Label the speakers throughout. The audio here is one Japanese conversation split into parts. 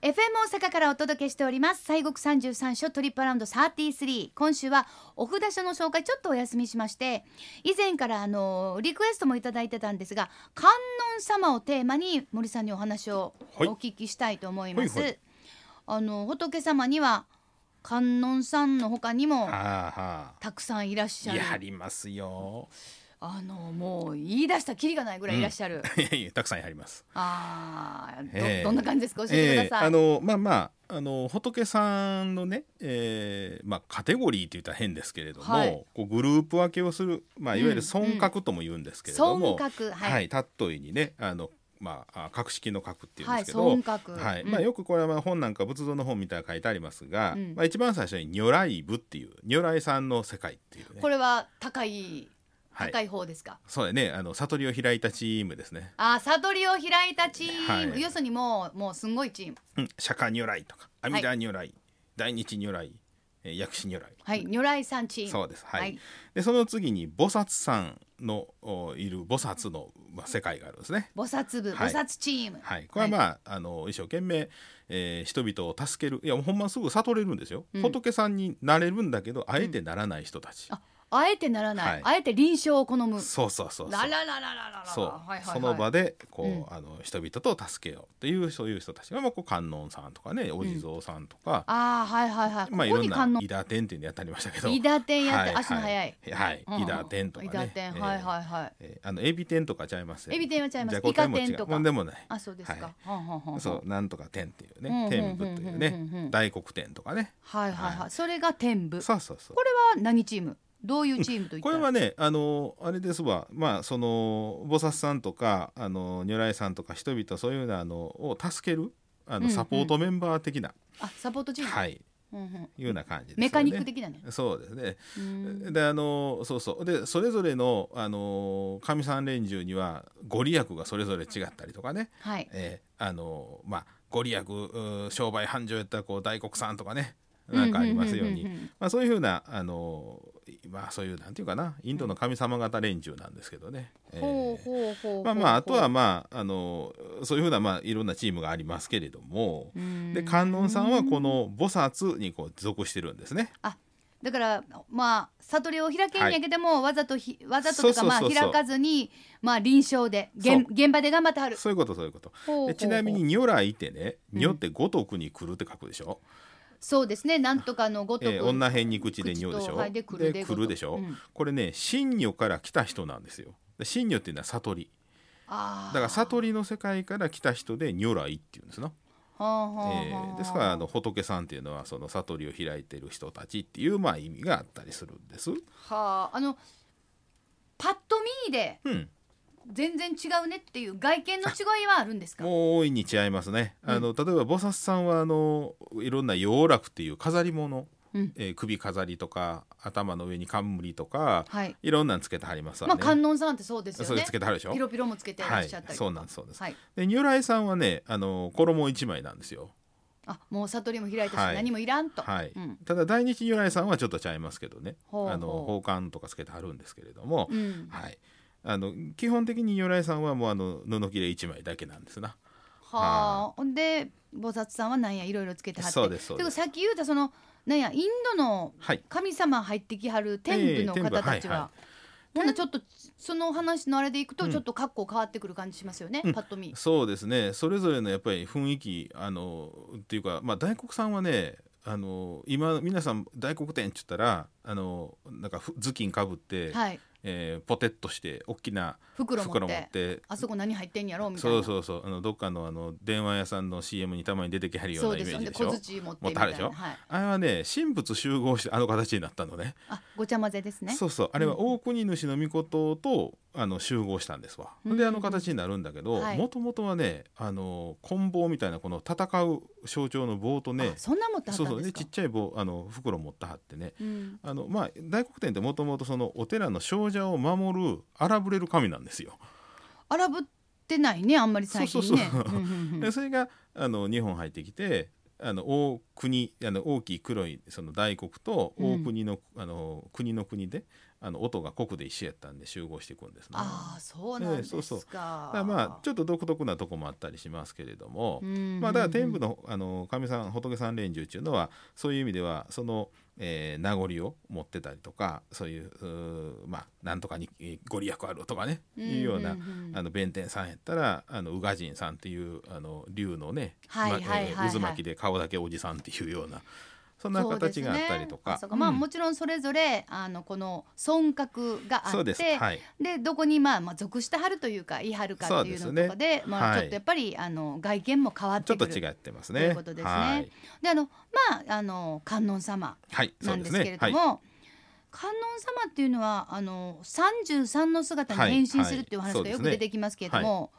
Speaker 1: FM 大阪からお届けしております西国三十三所トリップアラウンド33今週はお札所の紹介ちょっとお休みしまして以前からあのリクエストもいただいてたんですが観音様をテーマに森さんにお話をお
Speaker 2: はい
Speaker 1: 聞きしたいと思います、
Speaker 2: はいは
Speaker 1: あの仏様には観音さんの他にも
Speaker 2: あ
Speaker 1: たくさんいらっし
Speaker 2: あ
Speaker 1: ゃ
Speaker 2: や
Speaker 1: る
Speaker 2: りますよ
Speaker 1: あのもう言い出したきりがないぐらいいらっしゃる、
Speaker 2: いやいやたくさんやります
Speaker 1: あーど、
Speaker 2: ええ
Speaker 1: どんな感じですか教えて
Speaker 2: え
Speaker 1: く
Speaker 2: え
Speaker 1: ださい、
Speaker 2: あのまあまああの仏さんのね、ええまあ、カテゴリーって言ったら変ですけれども、
Speaker 1: はい
Speaker 2: こうグループ分けをする、まあ、いわゆる尊格とも言うんですけれども、
Speaker 1: 尊格はい、
Speaker 2: はい、たっといにねあの、まああ、格式の格っていうん
Speaker 1: は
Speaker 2: で
Speaker 1: い、
Speaker 2: すけど、
Speaker 1: 尊格。
Speaker 2: はい
Speaker 1: うん
Speaker 2: まあ、よくこれはまあ本なんか仏像の本みたいなの書いてありますが、
Speaker 1: うん
Speaker 2: まあ、一番最初に如来部っていう如来さんの世界っていうね
Speaker 1: これは高い、
Speaker 2: はい
Speaker 1: 高い方ですか。
Speaker 2: そうだねあの悟りを開いたチームですね、
Speaker 1: ああ、悟りを開いたチーム、
Speaker 2: はい
Speaker 1: 要するにもう、もうすんごいチーム。
Speaker 2: うん、釈迦如来とか阿弥陀如来、大日如来、えー薬師如来、
Speaker 1: はい、如来さんチーム。
Speaker 2: そううですはい、でその次に菩薩さんのおいる菩薩の、まあ、世界があるんですね。
Speaker 1: 菩薩部、
Speaker 2: はい
Speaker 1: 菩薩チーム。
Speaker 2: はい、これはまあ,、あの一生懸命、えー人々を助けるいやもうほんますぐ悟れるんですよ、
Speaker 1: うん
Speaker 2: 仏さんになれるんだけどあえてならない人たち、
Speaker 1: ああえてならない、
Speaker 2: はい
Speaker 1: あえて臨床を好む。
Speaker 2: そうそうそうそう
Speaker 1: ラララララララ。
Speaker 2: そう、
Speaker 1: はいはいはい、
Speaker 2: その場
Speaker 1: で。
Speaker 2: でこう、あの人々と助けようというそういう人たちが、まあ、こう観音さんとかねお地蔵さんとか、
Speaker 1: ああ、はいはいはい。
Speaker 2: まあい
Speaker 1: ここ
Speaker 2: ろん
Speaker 1: に
Speaker 2: な
Speaker 1: 観音
Speaker 2: 「伊。達天」っていうのやってありましたけど
Speaker 1: 伊達天やって、
Speaker 2: はい
Speaker 1: 足の速い。
Speaker 2: はい
Speaker 1: うんうん
Speaker 2: 伊達天とかね
Speaker 1: 伊達天、
Speaker 2: えー
Speaker 1: はいはいはい。
Speaker 2: えーあのエビ天とかちゃいますよ
Speaker 1: エビ天はちゃいます
Speaker 2: じこ天も違う
Speaker 1: イカ天とか
Speaker 2: もんでもない
Speaker 1: あ、そうです
Speaker 2: は
Speaker 1: か。はんはんはんはん
Speaker 2: そうなんとか天っていう
Speaker 1: うんうん
Speaker 2: ね天部というね
Speaker 1: うんうんうん
Speaker 2: 大黒天とかね
Speaker 1: はいはいは。
Speaker 2: はい
Speaker 1: それが天部。
Speaker 2: そうそうそう
Speaker 1: これは何チームどういうチームといった
Speaker 2: こ
Speaker 1: ら
Speaker 2: れはねあのあれですわまあその菩薩さんとかあの如来さんとか人々そういうようなあのを助けるあ
Speaker 1: うんうん
Speaker 2: のサポートメンバー的な、
Speaker 1: あサポートチーム、
Speaker 2: はいいう
Speaker 1: うんうん、
Speaker 2: ような感じですよね
Speaker 1: メカニック的なね
Speaker 2: そうですね
Speaker 1: うん
Speaker 2: であのそうそうでそれぞれのあの神三連中にはご利益がそれぞれ違ったりとかね、
Speaker 1: はい
Speaker 2: えーあのまあご利益うー商売繁盛やったらこう大黒さんとかね
Speaker 1: う
Speaker 2: なんかありますよう
Speaker 1: うんうん
Speaker 2: に
Speaker 1: うんうん
Speaker 2: まあそういうふうなあのまあそういうなんていうかなインドの神様方連中なんですけどね。えー
Speaker 1: ほうほうほうほう
Speaker 2: まあまああとはまああのそういうふうなまあいろんなチームがありますけれども
Speaker 1: うん
Speaker 2: で観音さんはこの菩薩にこう属してるんですね。
Speaker 1: だからまあ悟りを開けんやけども、わざとひわざととか
Speaker 2: そうそう
Speaker 1: まあ
Speaker 2: そうそう
Speaker 1: 開かずにまあ臨床で現現場で頑張ってはる
Speaker 2: そういうことそういうこと。
Speaker 1: ほうほうほ
Speaker 2: で
Speaker 1: う
Speaker 2: ちなみに如来ってね
Speaker 1: うん
Speaker 2: 如って五徳に来るって書くでしょ、
Speaker 1: そうですねなんとかのごとく、
Speaker 2: えー女変に口で如で
Speaker 1: 口
Speaker 2: し
Speaker 1: と
Speaker 2: ょ、
Speaker 1: はいで来るで
Speaker 2: 来るでしょ、
Speaker 1: うん
Speaker 2: これね真如から来た人なんですよで真如っていうのは悟り
Speaker 1: あー
Speaker 2: だから悟りの世界から来た人で如来っていうんですな、
Speaker 1: はあはあはあ
Speaker 2: えーですからあの仏さんっていうのはその悟りを開いてる人たちっていうまあ意味があったりするんです
Speaker 1: はああのパッと見で
Speaker 2: うん
Speaker 1: 全然違うねっていう外見の違いはあるんですか
Speaker 2: もう大いに違いますねあの、例えば菩薩さんはあのいろんな洋楽っていう飾り物、
Speaker 1: うん
Speaker 2: えー首飾りとか頭の上に冠とか、
Speaker 1: はい
Speaker 2: いろんなんつけてはりますわ
Speaker 1: ま
Speaker 2: ね。
Speaker 1: あ観音さんってそうですよ
Speaker 2: それ
Speaker 1: ね
Speaker 2: つ。けてはるでしょ
Speaker 1: ピ。ロピロもつけていら
Speaker 2: は
Speaker 1: っ
Speaker 2: い
Speaker 1: しゃった、り。
Speaker 2: そうなんですそうです。
Speaker 1: はい。
Speaker 2: で如来さんはね、あの衣一枚なんですよ。
Speaker 1: あ、もう悟りも開いたし、
Speaker 2: はい
Speaker 1: 何もいらんと。
Speaker 2: はい。
Speaker 1: うん。
Speaker 2: ただ大日如来さんはちょっとちゃいますけどね。
Speaker 1: ほうほう
Speaker 2: あの宝冠とかつけてはるんですけれども、
Speaker 1: うん。
Speaker 2: はい。あの基本的に如来さんはもうあの布切れ一枚だけなんですな。
Speaker 1: はあ。ほんで菩薩さんはなんやいろいろつけてはって。
Speaker 2: そうですそうです
Speaker 1: けどさっき言うたそのなんやインドの
Speaker 2: はい。
Speaker 1: 神様入ってきはる天部の方たち
Speaker 2: ええ天部はいは
Speaker 1: は。ほんならちょっとそのお話のあれでいくと
Speaker 2: うん
Speaker 1: ちょっと格好変わってくる感じしますよね、
Speaker 2: うん
Speaker 1: パッと見。
Speaker 2: そうですね。それぞれのやっぱり雰囲気あのっていうか、まあ大黒さんはね。あの今皆さん大黒天って言ったらあのなんかふ頭巾かぶって、
Speaker 1: はい。
Speaker 2: えーポテッとして大きな
Speaker 1: 袋持
Speaker 2: 袋
Speaker 1: っ
Speaker 2: 持
Speaker 1: て
Speaker 2: っ。て
Speaker 1: あそこ何入ってんやろみたい
Speaker 2: そ
Speaker 1: な。
Speaker 2: うそうそうあのどっかのあの電話屋さんの CM にたまに出てきはるよう
Speaker 1: そう
Speaker 2: な
Speaker 1: で
Speaker 2: イメ
Speaker 1: すよね。
Speaker 2: ージでし
Speaker 1: 小
Speaker 2: ょ
Speaker 1: 槌持ってみ
Speaker 2: 持っては
Speaker 1: た
Speaker 2: る
Speaker 1: い
Speaker 2: でし
Speaker 1: な。
Speaker 2: ょ
Speaker 1: はい。
Speaker 2: あれはね神仏集合してあの形になったのね
Speaker 1: あ、ごちゃ混ぜですね。
Speaker 2: そうそうあれは大国主の御事とあの集合したんですわ、
Speaker 1: うん
Speaker 2: であの形になるんだけど
Speaker 1: はい
Speaker 2: もともとはねあの棍棒みたいなこの戦う象徴の棒とね
Speaker 1: あそんなもんってあった
Speaker 2: そ
Speaker 1: ん
Speaker 2: う
Speaker 1: です
Speaker 2: そ
Speaker 1: か
Speaker 2: うでちっちゃい棒あの袋持ってはってね
Speaker 1: うん、
Speaker 2: あのまあ大黒天ってもともとそのお寺の精進を守る荒ぶれる神なんですよ。
Speaker 1: 荒ぶってないねあんまり最近ね
Speaker 2: そうそうそうん
Speaker 1: んう
Speaker 2: で
Speaker 1: ん
Speaker 2: それがあの日本入ってきてあの大国あの大きい黒いその大国と
Speaker 1: うん
Speaker 2: 大国の、あの国の国であの音が濃くで一緒やったんで集合していくんですね。
Speaker 1: ああそうなんですか。
Speaker 2: ええそうだからまあちょっと独特なとこもあったりしますけれども、
Speaker 1: うん
Speaker 2: まあ、だから天部のあの神さん仏さん連中っていうのはそういう意味ではその、えー名残を持ってたりとかそういううーまあなんとかにえーご利益あるとかね、いうような、
Speaker 1: んんん
Speaker 2: あの弁天さんやったらあの宇賀神さんっていうあの竜のね、
Speaker 1: はいは
Speaker 2: ま
Speaker 1: い
Speaker 2: えー
Speaker 1: はいはい
Speaker 2: 渦巻きで顔だけおじさんっていうようなそんな
Speaker 1: そうです
Speaker 2: 形
Speaker 1: ね
Speaker 2: があったりとか。
Speaker 1: あそうかまあ
Speaker 2: うん
Speaker 1: もちろんそれぞれあのこの尊格があ
Speaker 2: そう
Speaker 1: っ
Speaker 2: です、
Speaker 1: て
Speaker 2: はい、
Speaker 1: でどこにまあまあ属してはるというかいはるかっていう
Speaker 2: そう
Speaker 1: の
Speaker 2: ですね
Speaker 1: とかでまあ
Speaker 2: はい
Speaker 1: ちょっとやっぱりあの外見も変わっ
Speaker 2: ちょ
Speaker 1: て
Speaker 2: っ
Speaker 1: く
Speaker 2: と
Speaker 1: る。
Speaker 2: 違ってますね。
Speaker 1: ということですね
Speaker 2: はい、
Speaker 1: であのまああの観音様
Speaker 2: はい、そ
Speaker 1: な
Speaker 2: うんで
Speaker 1: ですすけ
Speaker 2: ね。
Speaker 1: れども、
Speaker 2: はい、
Speaker 1: 観音様っていうのはあの33の姿に変身するっていうお話
Speaker 2: は
Speaker 1: がよ
Speaker 2: いはいそうです
Speaker 1: く
Speaker 2: ね
Speaker 1: 出てきますけれども、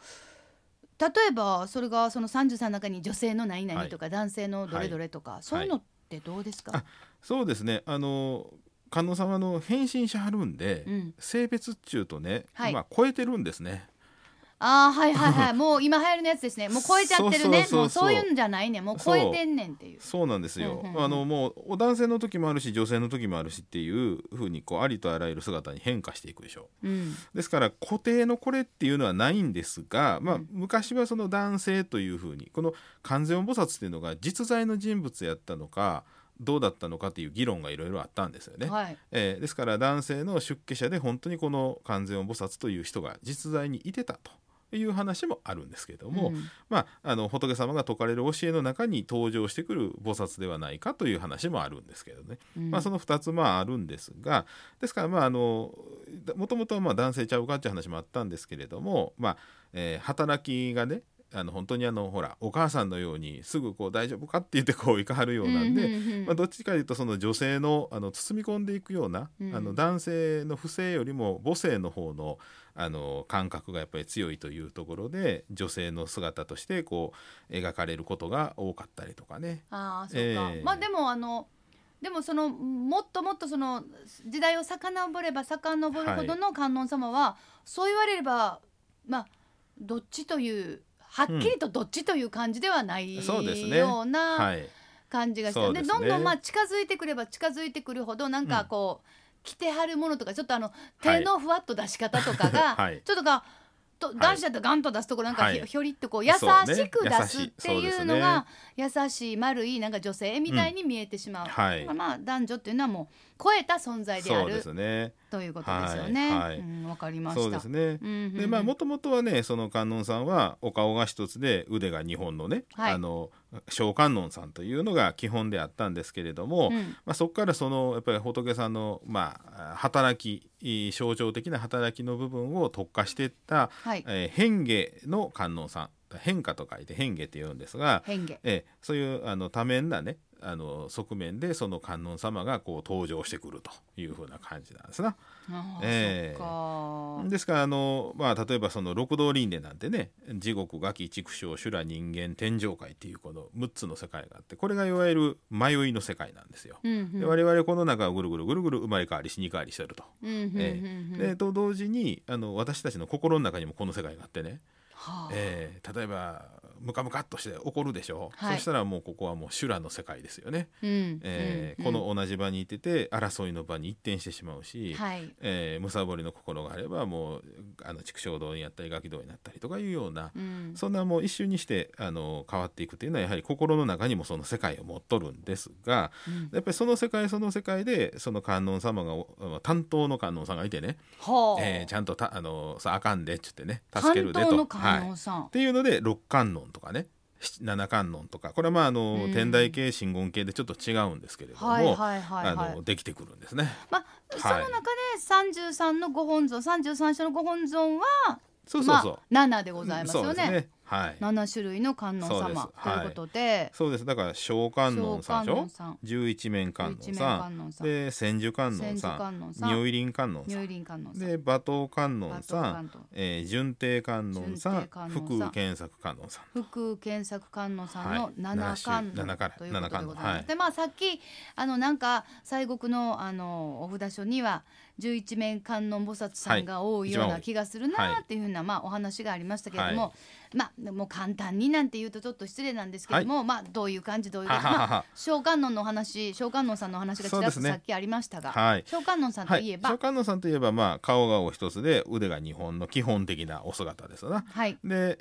Speaker 1: 例えばそれがその33の中に女性の何々とか、男性のどれどれとか、そういうのってどうですか、
Speaker 2: あそうですね。あの観音様の変身しはるんで、
Speaker 1: うん
Speaker 2: 性別中とね、
Speaker 1: はい
Speaker 2: まあ超えてるんですね。
Speaker 1: あーはいはい はいもう今流行りのやつですねもう超えちゃってるね
Speaker 2: そうそ
Speaker 1: もうそ
Speaker 2: うそうそう
Speaker 1: ういうんじゃないねもう超えてんねんっていう
Speaker 2: そうなんですよ
Speaker 1: うんうん。うん
Speaker 2: あのもうお男性の時もあるし、女性の時もあるしっていう風にこうありとあらゆる姿に変化していくでしょう。
Speaker 1: うん
Speaker 2: ですから固定のこれっていうのはないんですが、ま
Speaker 1: う
Speaker 2: あ
Speaker 1: ん、
Speaker 2: 昔はその男性というふうにこの観世音菩薩っていうのが実在の人物やったのかどうだったのかっていう議論がいろいろあったんですよね。
Speaker 1: はい
Speaker 2: えーですから男性の出家者で本当にこの観世音菩薩という人が実在にいてたという話もあるんですけれども、
Speaker 1: うん
Speaker 2: まあ、あの仏様が説かれる教えの中に登場してくる菩薩ではないかという話もあるんですけどね。
Speaker 1: うん
Speaker 2: まあ、その2つまああるんですがですからまああのだもともとはまあ男性ちゃうかっていう話もあったんですけれども、まあえー働きがねあの本当にあのほらお母さんのようにすぐこう大丈夫かって言ってこういかはるようなんで、
Speaker 1: うんうんうん
Speaker 2: まあ、どっちかというとその女性のあの包み込んでいくような、
Speaker 1: うん
Speaker 2: あの男性の不正よりも母性の方のあの感覚がやっぱり強いというところで女性の姿としてこう描かれることが多かったりとかね。
Speaker 1: ああそうか、
Speaker 2: ええ
Speaker 1: まあでもあのでもそのもっともっとその時代を遡れば遡るほどの観音様は、そう言われればまあどっちというはっきりとどっちという感じではない、
Speaker 2: そうですね
Speaker 1: ような
Speaker 2: はい
Speaker 1: 感じがして、
Speaker 2: そう
Speaker 1: で
Speaker 2: ですね
Speaker 1: どんどんまあ近づいてくれば近づいてくるほどなんかこう、着てはるものとかちょっとあの手のふわっと出し方とかが、
Speaker 2: はい
Speaker 1: ちょっとがと男子だとガンと出すところなんかひ,、
Speaker 2: はい
Speaker 1: ひょりっとこう優し
Speaker 2: そうね
Speaker 1: く出すって
Speaker 2: 優しいそうで
Speaker 1: いう
Speaker 2: す
Speaker 1: の
Speaker 2: ね
Speaker 1: が優しい丸いなんか女性みたいに見えてしまう、
Speaker 2: はい
Speaker 1: まあまあ男女っていうのはもう超えた存在であ
Speaker 2: そうで
Speaker 1: る
Speaker 2: すね。
Speaker 1: ということですよね。
Speaker 2: はいはい
Speaker 1: うん、わかりました。
Speaker 2: そうですね。
Speaker 1: うんうんうん
Speaker 2: でまあもともとはねその観音さんはお顔が一つで腕が2本のね、
Speaker 1: はい
Speaker 2: あの小観音さんというのが基本であったんですけれども、
Speaker 1: うん
Speaker 2: まあ、そこからそのやっぱり仏さんの、まあ、働きいい象徴的な働きの部分を特化していった、
Speaker 1: はい、
Speaker 2: えー変化の観音さん変化と書いて変化って言うんですが、
Speaker 1: 変化。
Speaker 2: ええ、そういうあの多面なねあの側面でその観音様がこう登場してくるというふうな感じなんですな。
Speaker 1: ああ、
Speaker 2: ええ
Speaker 1: そっか。
Speaker 2: ですからあの、まあ、例えばその六道輪廻なんてね地獄餓鬼畜生修羅人間天上界っていうこの6つの世界があってこれがいわゆる迷いの世界なんですよ。
Speaker 1: うんうん
Speaker 2: で我々この中をぐるぐるぐるぐる生まれ変わり死に変わりしてると。
Speaker 1: うんうんうん
Speaker 2: え
Speaker 1: うん
Speaker 2: でと同時にあの私たちの心の中にもこの世界があってね、
Speaker 1: はあ
Speaker 2: ええ例えばムカムカっとして怒るでしょ、
Speaker 1: はい
Speaker 2: そしたらもうここはもう修羅の世界ですよね、
Speaker 1: うん
Speaker 2: ええ
Speaker 1: うんうん
Speaker 2: この同じ場にいてて争いの場に一転してしまうし、
Speaker 1: はい。
Speaker 2: えー、むさぼりの心があればもうあの畜生堂にやったりガキ堂になったりとかいうような、
Speaker 1: うん
Speaker 2: そんなもう一瞬にしてあの変わっていくというのはやはり心の中にもその世界を持っとるんですが
Speaker 1: うん
Speaker 2: やっぱりその世界その世界でその観音様がお担当の観音さんがいてね、
Speaker 1: はあ。
Speaker 2: えーちゃんとたあのさあかんでっつってね助
Speaker 1: 担
Speaker 2: けるで
Speaker 1: 当の
Speaker 2: と。はい
Speaker 1: 観音さん、
Speaker 2: っていうので六観音とかね七七観音とかこれはまああの、
Speaker 1: うん
Speaker 2: 天台系真言系でちょっと違うんですけれども、
Speaker 1: はいはいはいはい
Speaker 2: あのできてくるんですね。
Speaker 1: まあ、
Speaker 2: い
Speaker 1: その中で三十三のご本尊、三十三所のご本尊は、
Speaker 2: そうそうそう、
Speaker 1: まあ七でございます
Speaker 2: そ
Speaker 1: よ
Speaker 2: うです
Speaker 1: ね。
Speaker 2: はい。
Speaker 1: 七、種類の観音
Speaker 2: そうです
Speaker 1: 様という
Speaker 2: はい
Speaker 1: ことで、
Speaker 2: そうです。だから小観音さんでし
Speaker 1: 小観
Speaker 2: ょ
Speaker 1: 音さん。
Speaker 2: 十一面観
Speaker 1: 十一
Speaker 2: 音
Speaker 1: 面
Speaker 2: さん。
Speaker 1: 観音さん、
Speaker 2: で千手観
Speaker 1: 千
Speaker 2: 音
Speaker 1: 手
Speaker 2: さ
Speaker 1: 観音
Speaker 2: ん。
Speaker 1: さ
Speaker 2: 如
Speaker 1: ん、
Speaker 2: 意輪観音さ
Speaker 1: 如
Speaker 2: ん
Speaker 1: 意。輪観音さん、
Speaker 2: で馬頭観音さ
Speaker 1: バトン
Speaker 2: ん。
Speaker 1: 観音
Speaker 2: えー、順帝観音さ
Speaker 1: 順
Speaker 2: ん
Speaker 1: 帝観音さん
Speaker 2: 福雨検索観音さん。
Speaker 1: 福検索観音さん
Speaker 2: は
Speaker 1: の
Speaker 2: い
Speaker 1: 七観音
Speaker 2: 七種
Speaker 1: ということでござい
Speaker 2: 七観音
Speaker 1: ます。
Speaker 2: はい
Speaker 1: でまあさっきあのなんか西国のあのお札書には十一面観音菩薩さんが多いような気がする
Speaker 2: はい一番
Speaker 1: な
Speaker 2: 多
Speaker 1: っ
Speaker 2: い
Speaker 1: ていうふうな、まあ、お話がありましたけれども、まあもう簡単になんて言うとちょっと失礼なんですけども、まあどういう感じどういう感じ、
Speaker 2: はは
Speaker 1: ま
Speaker 2: はは
Speaker 1: あ、小観音のお話小観音さんのお話がち
Speaker 2: そう
Speaker 1: ら
Speaker 2: で
Speaker 1: っと
Speaker 2: すね
Speaker 1: さっきありましたが、
Speaker 2: はい
Speaker 1: 小観音さんといえば、
Speaker 2: はい、
Speaker 1: はい
Speaker 2: 小観音さんといえば、まあ、顔がお一つで腕が二本の基本的なお姿ですな。で、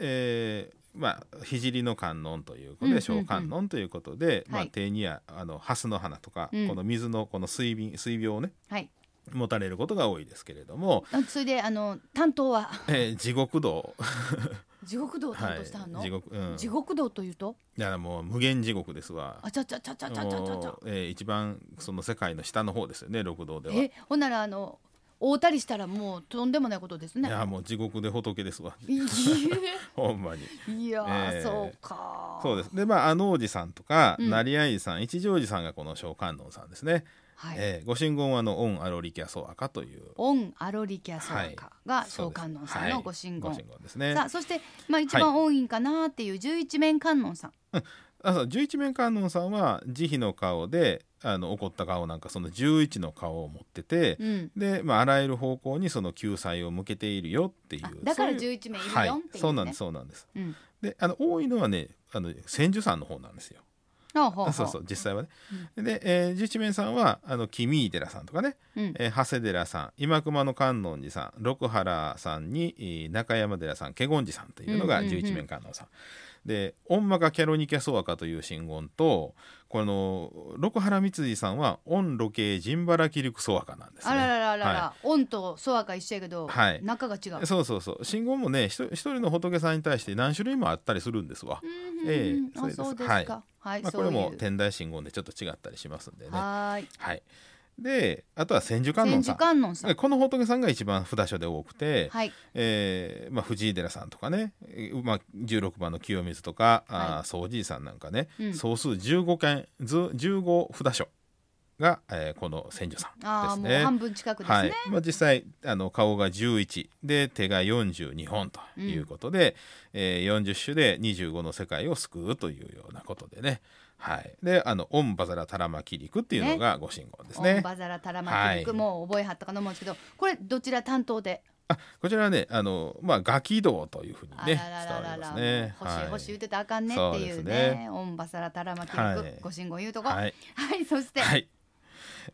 Speaker 2: えーまあ、聖の観音ということ
Speaker 1: うんうんうん
Speaker 2: で小観音ということで、ま
Speaker 1: は
Speaker 2: あ、
Speaker 1: い
Speaker 2: 手にはあの蓮の花とか、
Speaker 1: うん
Speaker 2: この水のこの水瓶水病をね
Speaker 1: はい
Speaker 2: 持たれることが多いですけれども、
Speaker 1: あそれであの担当は
Speaker 2: えー地獄道
Speaker 1: 地獄道を担当したの、
Speaker 2: はい、地獄、うん、
Speaker 1: 地獄道というと
Speaker 2: いやもう無限地獄ですわ
Speaker 1: あちゃちゃちゃちゃちゃちゃちゃちゃ
Speaker 2: もうえー一番その世界の下の方ですよね六道では。
Speaker 1: えほんならあの覆ったりしたらもうとんでもないことです
Speaker 2: い
Speaker 1: ね
Speaker 2: やもう地獄で仏ですわ
Speaker 1: い
Speaker 2: ほんまに
Speaker 1: やいやー、
Speaker 2: ええ
Speaker 1: そうか
Speaker 2: そうですでまああのおじさんとか、
Speaker 1: うん
Speaker 2: 成合さん一条寺さんがこの小観音さんですね、
Speaker 1: はい、
Speaker 2: えーご神言はあの「オン・アロリキャ・ソアカ」という
Speaker 1: オンアロリキャソ
Speaker 2: は
Speaker 1: ー
Speaker 2: い
Speaker 1: カが
Speaker 2: そう
Speaker 1: 小
Speaker 2: です
Speaker 1: 観音さんのご神言、
Speaker 2: はい、ご神言ですね
Speaker 1: さあそしてまあ一番多いんかなっていう十一面観音さん、
Speaker 2: あそう十一面観音さんは慈悲の顔であの怒った顔なんかその十一の顔を持ってて、
Speaker 1: うん
Speaker 2: で、まあ、あらゆる方向にその救済を向けているよっていう
Speaker 1: あだから
Speaker 2: そういう
Speaker 1: 11名いるよっていうね
Speaker 2: はい、そうなんですそうなんです
Speaker 1: うん
Speaker 2: であの多いのはねあの千住さんの方なんですよ
Speaker 1: ほうほうほ
Speaker 2: あそうそう実際はね、で、えー、十一面さんはあの君井寺さんとかね、
Speaker 1: うん
Speaker 2: えー長谷寺さん今熊野観音寺さん六原さんにえー中山寺さん華厳寺さんというの
Speaker 1: うん
Speaker 2: が
Speaker 1: うんう
Speaker 2: 十
Speaker 1: ん
Speaker 2: 一面観音さん。で「御魔がキャロニキャソワカ」という神言とこの六原光司さんは「御ロケジンバラキリクソワカ」なんです
Speaker 1: あ
Speaker 2: ね。
Speaker 1: ららららら、
Speaker 2: は
Speaker 1: オンとソアカ一緒やけど、
Speaker 2: はい
Speaker 1: 中が違う
Speaker 2: そうそうそう神言もね一人一人の仏さんに対して何種類もあったりするんですわ。
Speaker 1: うんうんうん
Speaker 2: ええ
Speaker 1: あ
Speaker 2: そ
Speaker 1: そう
Speaker 2: う
Speaker 1: で
Speaker 2: ですす
Speaker 1: か
Speaker 2: はい
Speaker 1: はい、
Speaker 2: まあ、
Speaker 1: そ
Speaker 2: こ
Speaker 1: うい
Speaker 2: れ
Speaker 1: う
Speaker 2: も天台神言でちょっと違ったりしますんでね。は
Speaker 1: はーい
Speaker 2: い、であとは千手観
Speaker 1: 千
Speaker 2: 音
Speaker 1: 手
Speaker 2: さん。
Speaker 1: 観音さん
Speaker 2: この仏さんが一番札所で多くて、
Speaker 1: はい
Speaker 2: えーまあ、藤井寺さんとかね、えーまあ、16番の清水とか、あ
Speaker 1: は
Speaker 2: ー総じいさんなんかね、
Speaker 1: うん
Speaker 2: 総数15件ず15札所が、えーこの千住さ
Speaker 1: ああ、
Speaker 2: ん
Speaker 1: も
Speaker 2: で
Speaker 1: う
Speaker 2: すね。
Speaker 1: 半分近くですね、
Speaker 2: はいまあ、実際あの顔が11で手が42本ということで、えー40種で25の世界を救うというようなことでね、はい、であの「オンバザラタラマキリク」っていうのがご神言です
Speaker 1: オン
Speaker 2: ね。
Speaker 1: バザラタラマキリク、
Speaker 2: はい
Speaker 1: もう覚えはったかと思うんですけどこれどちら担当で、
Speaker 2: あこちらはねあの、まあ、ガキ道というふうに
Speaker 1: あ
Speaker 2: ね
Speaker 1: ら
Speaker 2: 伝
Speaker 1: ら
Speaker 2: わ
Speaker 1: らら
Speaker 2: り
Speaker 1: ら
Speaker 2: ま
Speaker 1: ら、
Speaker 2: すね。
Speaker 1: 欲しい欲しい言ってたらあかんねっ
Speaker 2: そう
Speaker 1: て
Speaker 2: で
Speaker 1: い
Speaker 2: す
Speaker 1: う
Speaker 2: ね
Speaker 1: ねオンバサラタラマキリク、
Speaker 2: はい
Speaker 1: ご神言言うとこは、
Speaker 2: はいい、
Speaker 1: そして、
Speaker 2: はい。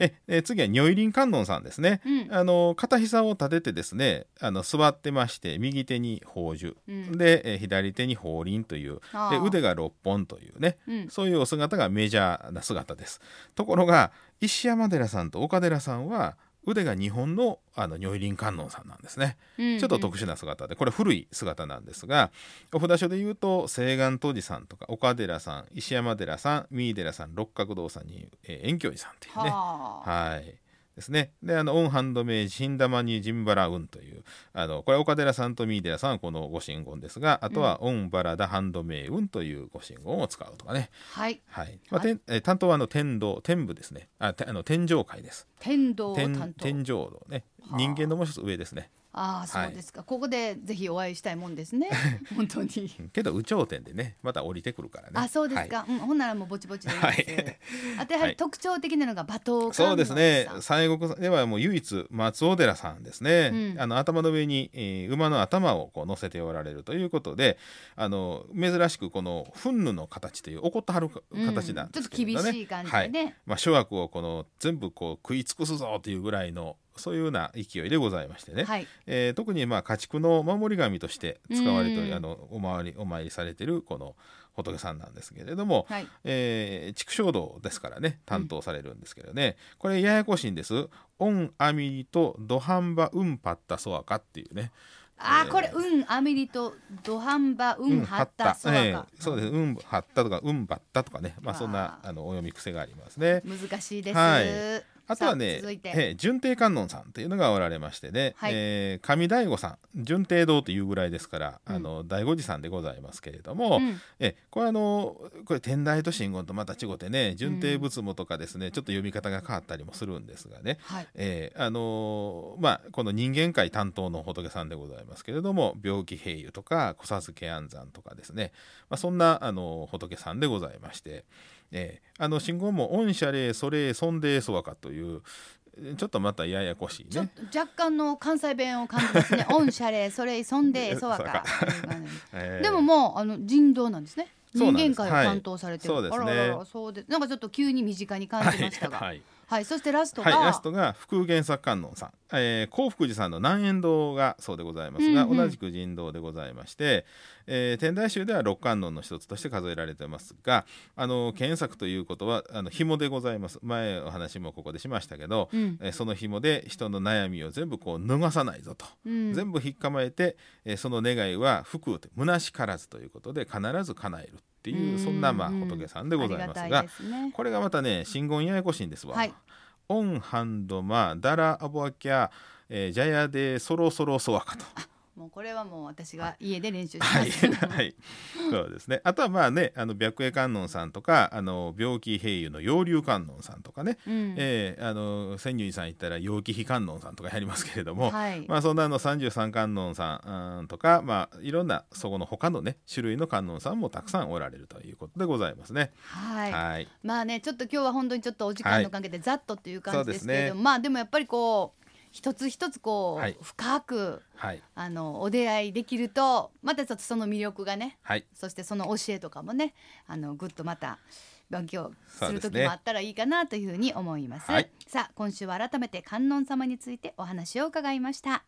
Speaker 2: え、え次は如意輪観音さんですね。
Speaker 1: うん
Speaker 2: あの片膝を立ててですね、あの座ってまして右手に宝珠、
Speaker 1: うん
Speaker 2: でえ左手に宝輪という
Speaker 1: あ
Speaker 2: で
Speaker 1: ー
Speaker 2: 腕が6本というね、
Speaker 1: うん
Speaker 2: そういうお姿がメジャーな姿です。ところが石山寺さんと岡寺さんは腕が2本のあの如意輪観音さんなんですね。
Speaker 1: うん
Speaker 2: ちょっと特殊な姿でこれ古い姿なんですがお札所で言うと西岸当時さんとか岡寺さん石山寺さん三井寺さん六角堂さんに、えー、遠距離さんっていうね
Speaker 1: はあ
Speaker 2: はいですねであのオンハンドメイジシンダマニジンバラウンというあのこれは岡寺さんと三井寺さんはこのご神言ですがあとはオンバラダハンドメイウンというご神言を使うとかね、
Speaker 1: はい
Speaker 2: はいまあてんえー担当はあの天道天部ですねあてあの天上界です
Speaker 1: 天道を
Speaker 2: 天
Speaker 1: 担当
Speaker 2: 天上道ね人間のもう一つ上ですね
Speaker 1: ああそうですか、ここでぜひお会いしたいもんです ね本当に、
Speaker 2: けど有頂天でねまた降りてくるからね
Speaker 1: あそうですか、
Speaker 2: は
Speaker 1: うんほんならもうぼちぼちでいいです、
Speaker 2: はい
Speaker 1: あとやは
Speaker 2: は
Speaker 1: り
Speaker 2: い
Speaker 1: 特徴的なのが馬頭観音
Speaker 2: い
Speaker 1: さん
Speaker 2: そうですね西国ではもう唯一松尾寺さんですね、
Speaker 1: うん
Speaker 2: あの頭の上に、えー馬の頭をこう乗せておられるということであの珍しくこの憤怒の形という怒ってはる形なんですけれどね、
Speaker 1: うんちょっと厳しい感じで
Speaker 2: はい
Speaker 1: ね
Speaker 2: まあ、諸悪をこの全部こう食い尽くすぞというぐらいのそういうような勢いでございましてね、
Speaker 1: はい
Speaker 2: えー特にまあ家畜の守り神として使われており
Speaker 1: うん
Speaker 2: あのお参りお参りされてるこの仏さんなんですけれども、
Speaker 1: はい
Speaker 2: えー、畜生道ですからね担当されるんですけどね、これややこしいんです「オンアミリとドハンバウンパッタソアカ」っていうね
Speaker 1: あー
Speaker 2: えー
Speaker 1: これ、うん、アミリとドハンバ、うん、ハッタ、ソワカ、
Speaker 2: えーそうです「うんハッタ」とか「うんバッタ」とかね、まあ、そんな
Speaker 1: あー
Speaker 2: あのお読み癖がありますね。
Speaker 1: 難しいです。
Speaker 2: はいあとは
Speaker 1: さ
Speaker 2: ね
Speaker 1: あ続い、て、
Speaker 2: えー順帝観音さんというのがおられましてね、
Speaker 1: はい
Speaker 2: えー上醍醐さん順帝堂というぐらいですから、
Speaker 1: うん
Speaker 2: あの醍醐寺さんでございますけれども、
Speaker 1: うん
Speaker 2: えーこれあのこれ天台と真言とまた違ってね順帝仏母とかですね、ちょっと読み方が変わったりもするんですがね、
Speaker 1: はい、
Speaker 2: えーあのーまあこの人間界担当の仏さんでございますけれども病気平癒とか小授け安産とかですね、まあ、そんな、あのー仏さんでございまして、えーあの信号も「御社礼それ尊礼そわか」というちょっとまたややこしい
Speaker 1: ちょっ
Speaker 2: ね。
Speaker 1: と若干の関西弁を感じます ね。オンシャレ、それいそんで、そわ
Speaker 2: そわ
Speaker 1: か
Speaker 2: か。えー
Speaker 1: でももうあの人道なんですね。
Speaker 2: そう
Speaker 1: 人
Speaker 2: なんです
Speaker 1: 間界を担当されてる、
Speaker 2: はい
Speaker 1: あら
Speaker 2: そうですね
Speaker 1: あらあらそうでなんかちょっと急に身近に感じましたがはい、
Speaker 2: はい
Speaker 1: そしてラスト
Speaker 2: は
Speaker 1: が、
Speaker 2: い、ラストが福原作観音さん、えー、幸福寺さんの南円堂がそうでございますが、
Speaker 1: うんうん
Speaker 2: 同じく人道でございまして、えー天台宗では六観音の一つとして数えられてますがあの検索ということはあの紐でございます前お話もここでしましたけど、
Speaker 1: うん
Speaker 2: えーその紐で人の悩みを全部こう逃さないぞと、
Speaker 1: うん、
Speaker 2: 全部引っかまえて、えーその願いは福うて虚しからずということで必ず叶えるっていうそんなまあ
Speaker 1: うんうん
Speaker 2: 仏さんでございます
Speaker 1: あり
Speaker 2: が
Speaker 1: たいですね。
Speaker 2: これがまたね信言ややこしいんですわ。
Speaker 1: はい
Speaker 2: オンハンドマダラアボアキャ、えージャヤでそろそろそわかと。
Speaker 1: もうこれはもう私が家で練習しま
Speaker 2: はい、
Speaker 1: す。
Speaker 2: はい、そうですね。あとはまあね、あの白衣観音さんとか、あの病気平癒の陽流観音さんとかね。
Speaker 1: うん
Speaker 2: えーあの千入寺さん行ったら陽気非観音さんとかやりますけれども、
Speaker 1: はい
Speaker 2: まあ、そんなあの33観音さんうんとか、まあ、いろんなそこの他のね種類の観音さんもたくさんおられるということでございますね。
Speaker 1: はい
Speaker 2: はい
Speaker 1: まあねちょっと今日は本当にちょっとお時間の関係でざっとという感じですけれど
Speaker 2: そうです
Speaker 1: も、まあでもやっぱりこう一つ一つこう、
Speaker 2: はい
Speaker 1: 深く
Speaker 2: はい
Speaker 1: あのお出会いできるとまたちょっとその魅力がね
Speaker 2: はい
Speaker 1: そしてその教えとかもねあのぐっとまた勉強する
Speaker 2: そう
Speaker 1: 時
Speaker 2: ですね
Speaker 1: もあったらいいかなというふうに思います
Speaker 2: はい
Speaker 1: さあ今週は改めて観音様についてお話を伺いました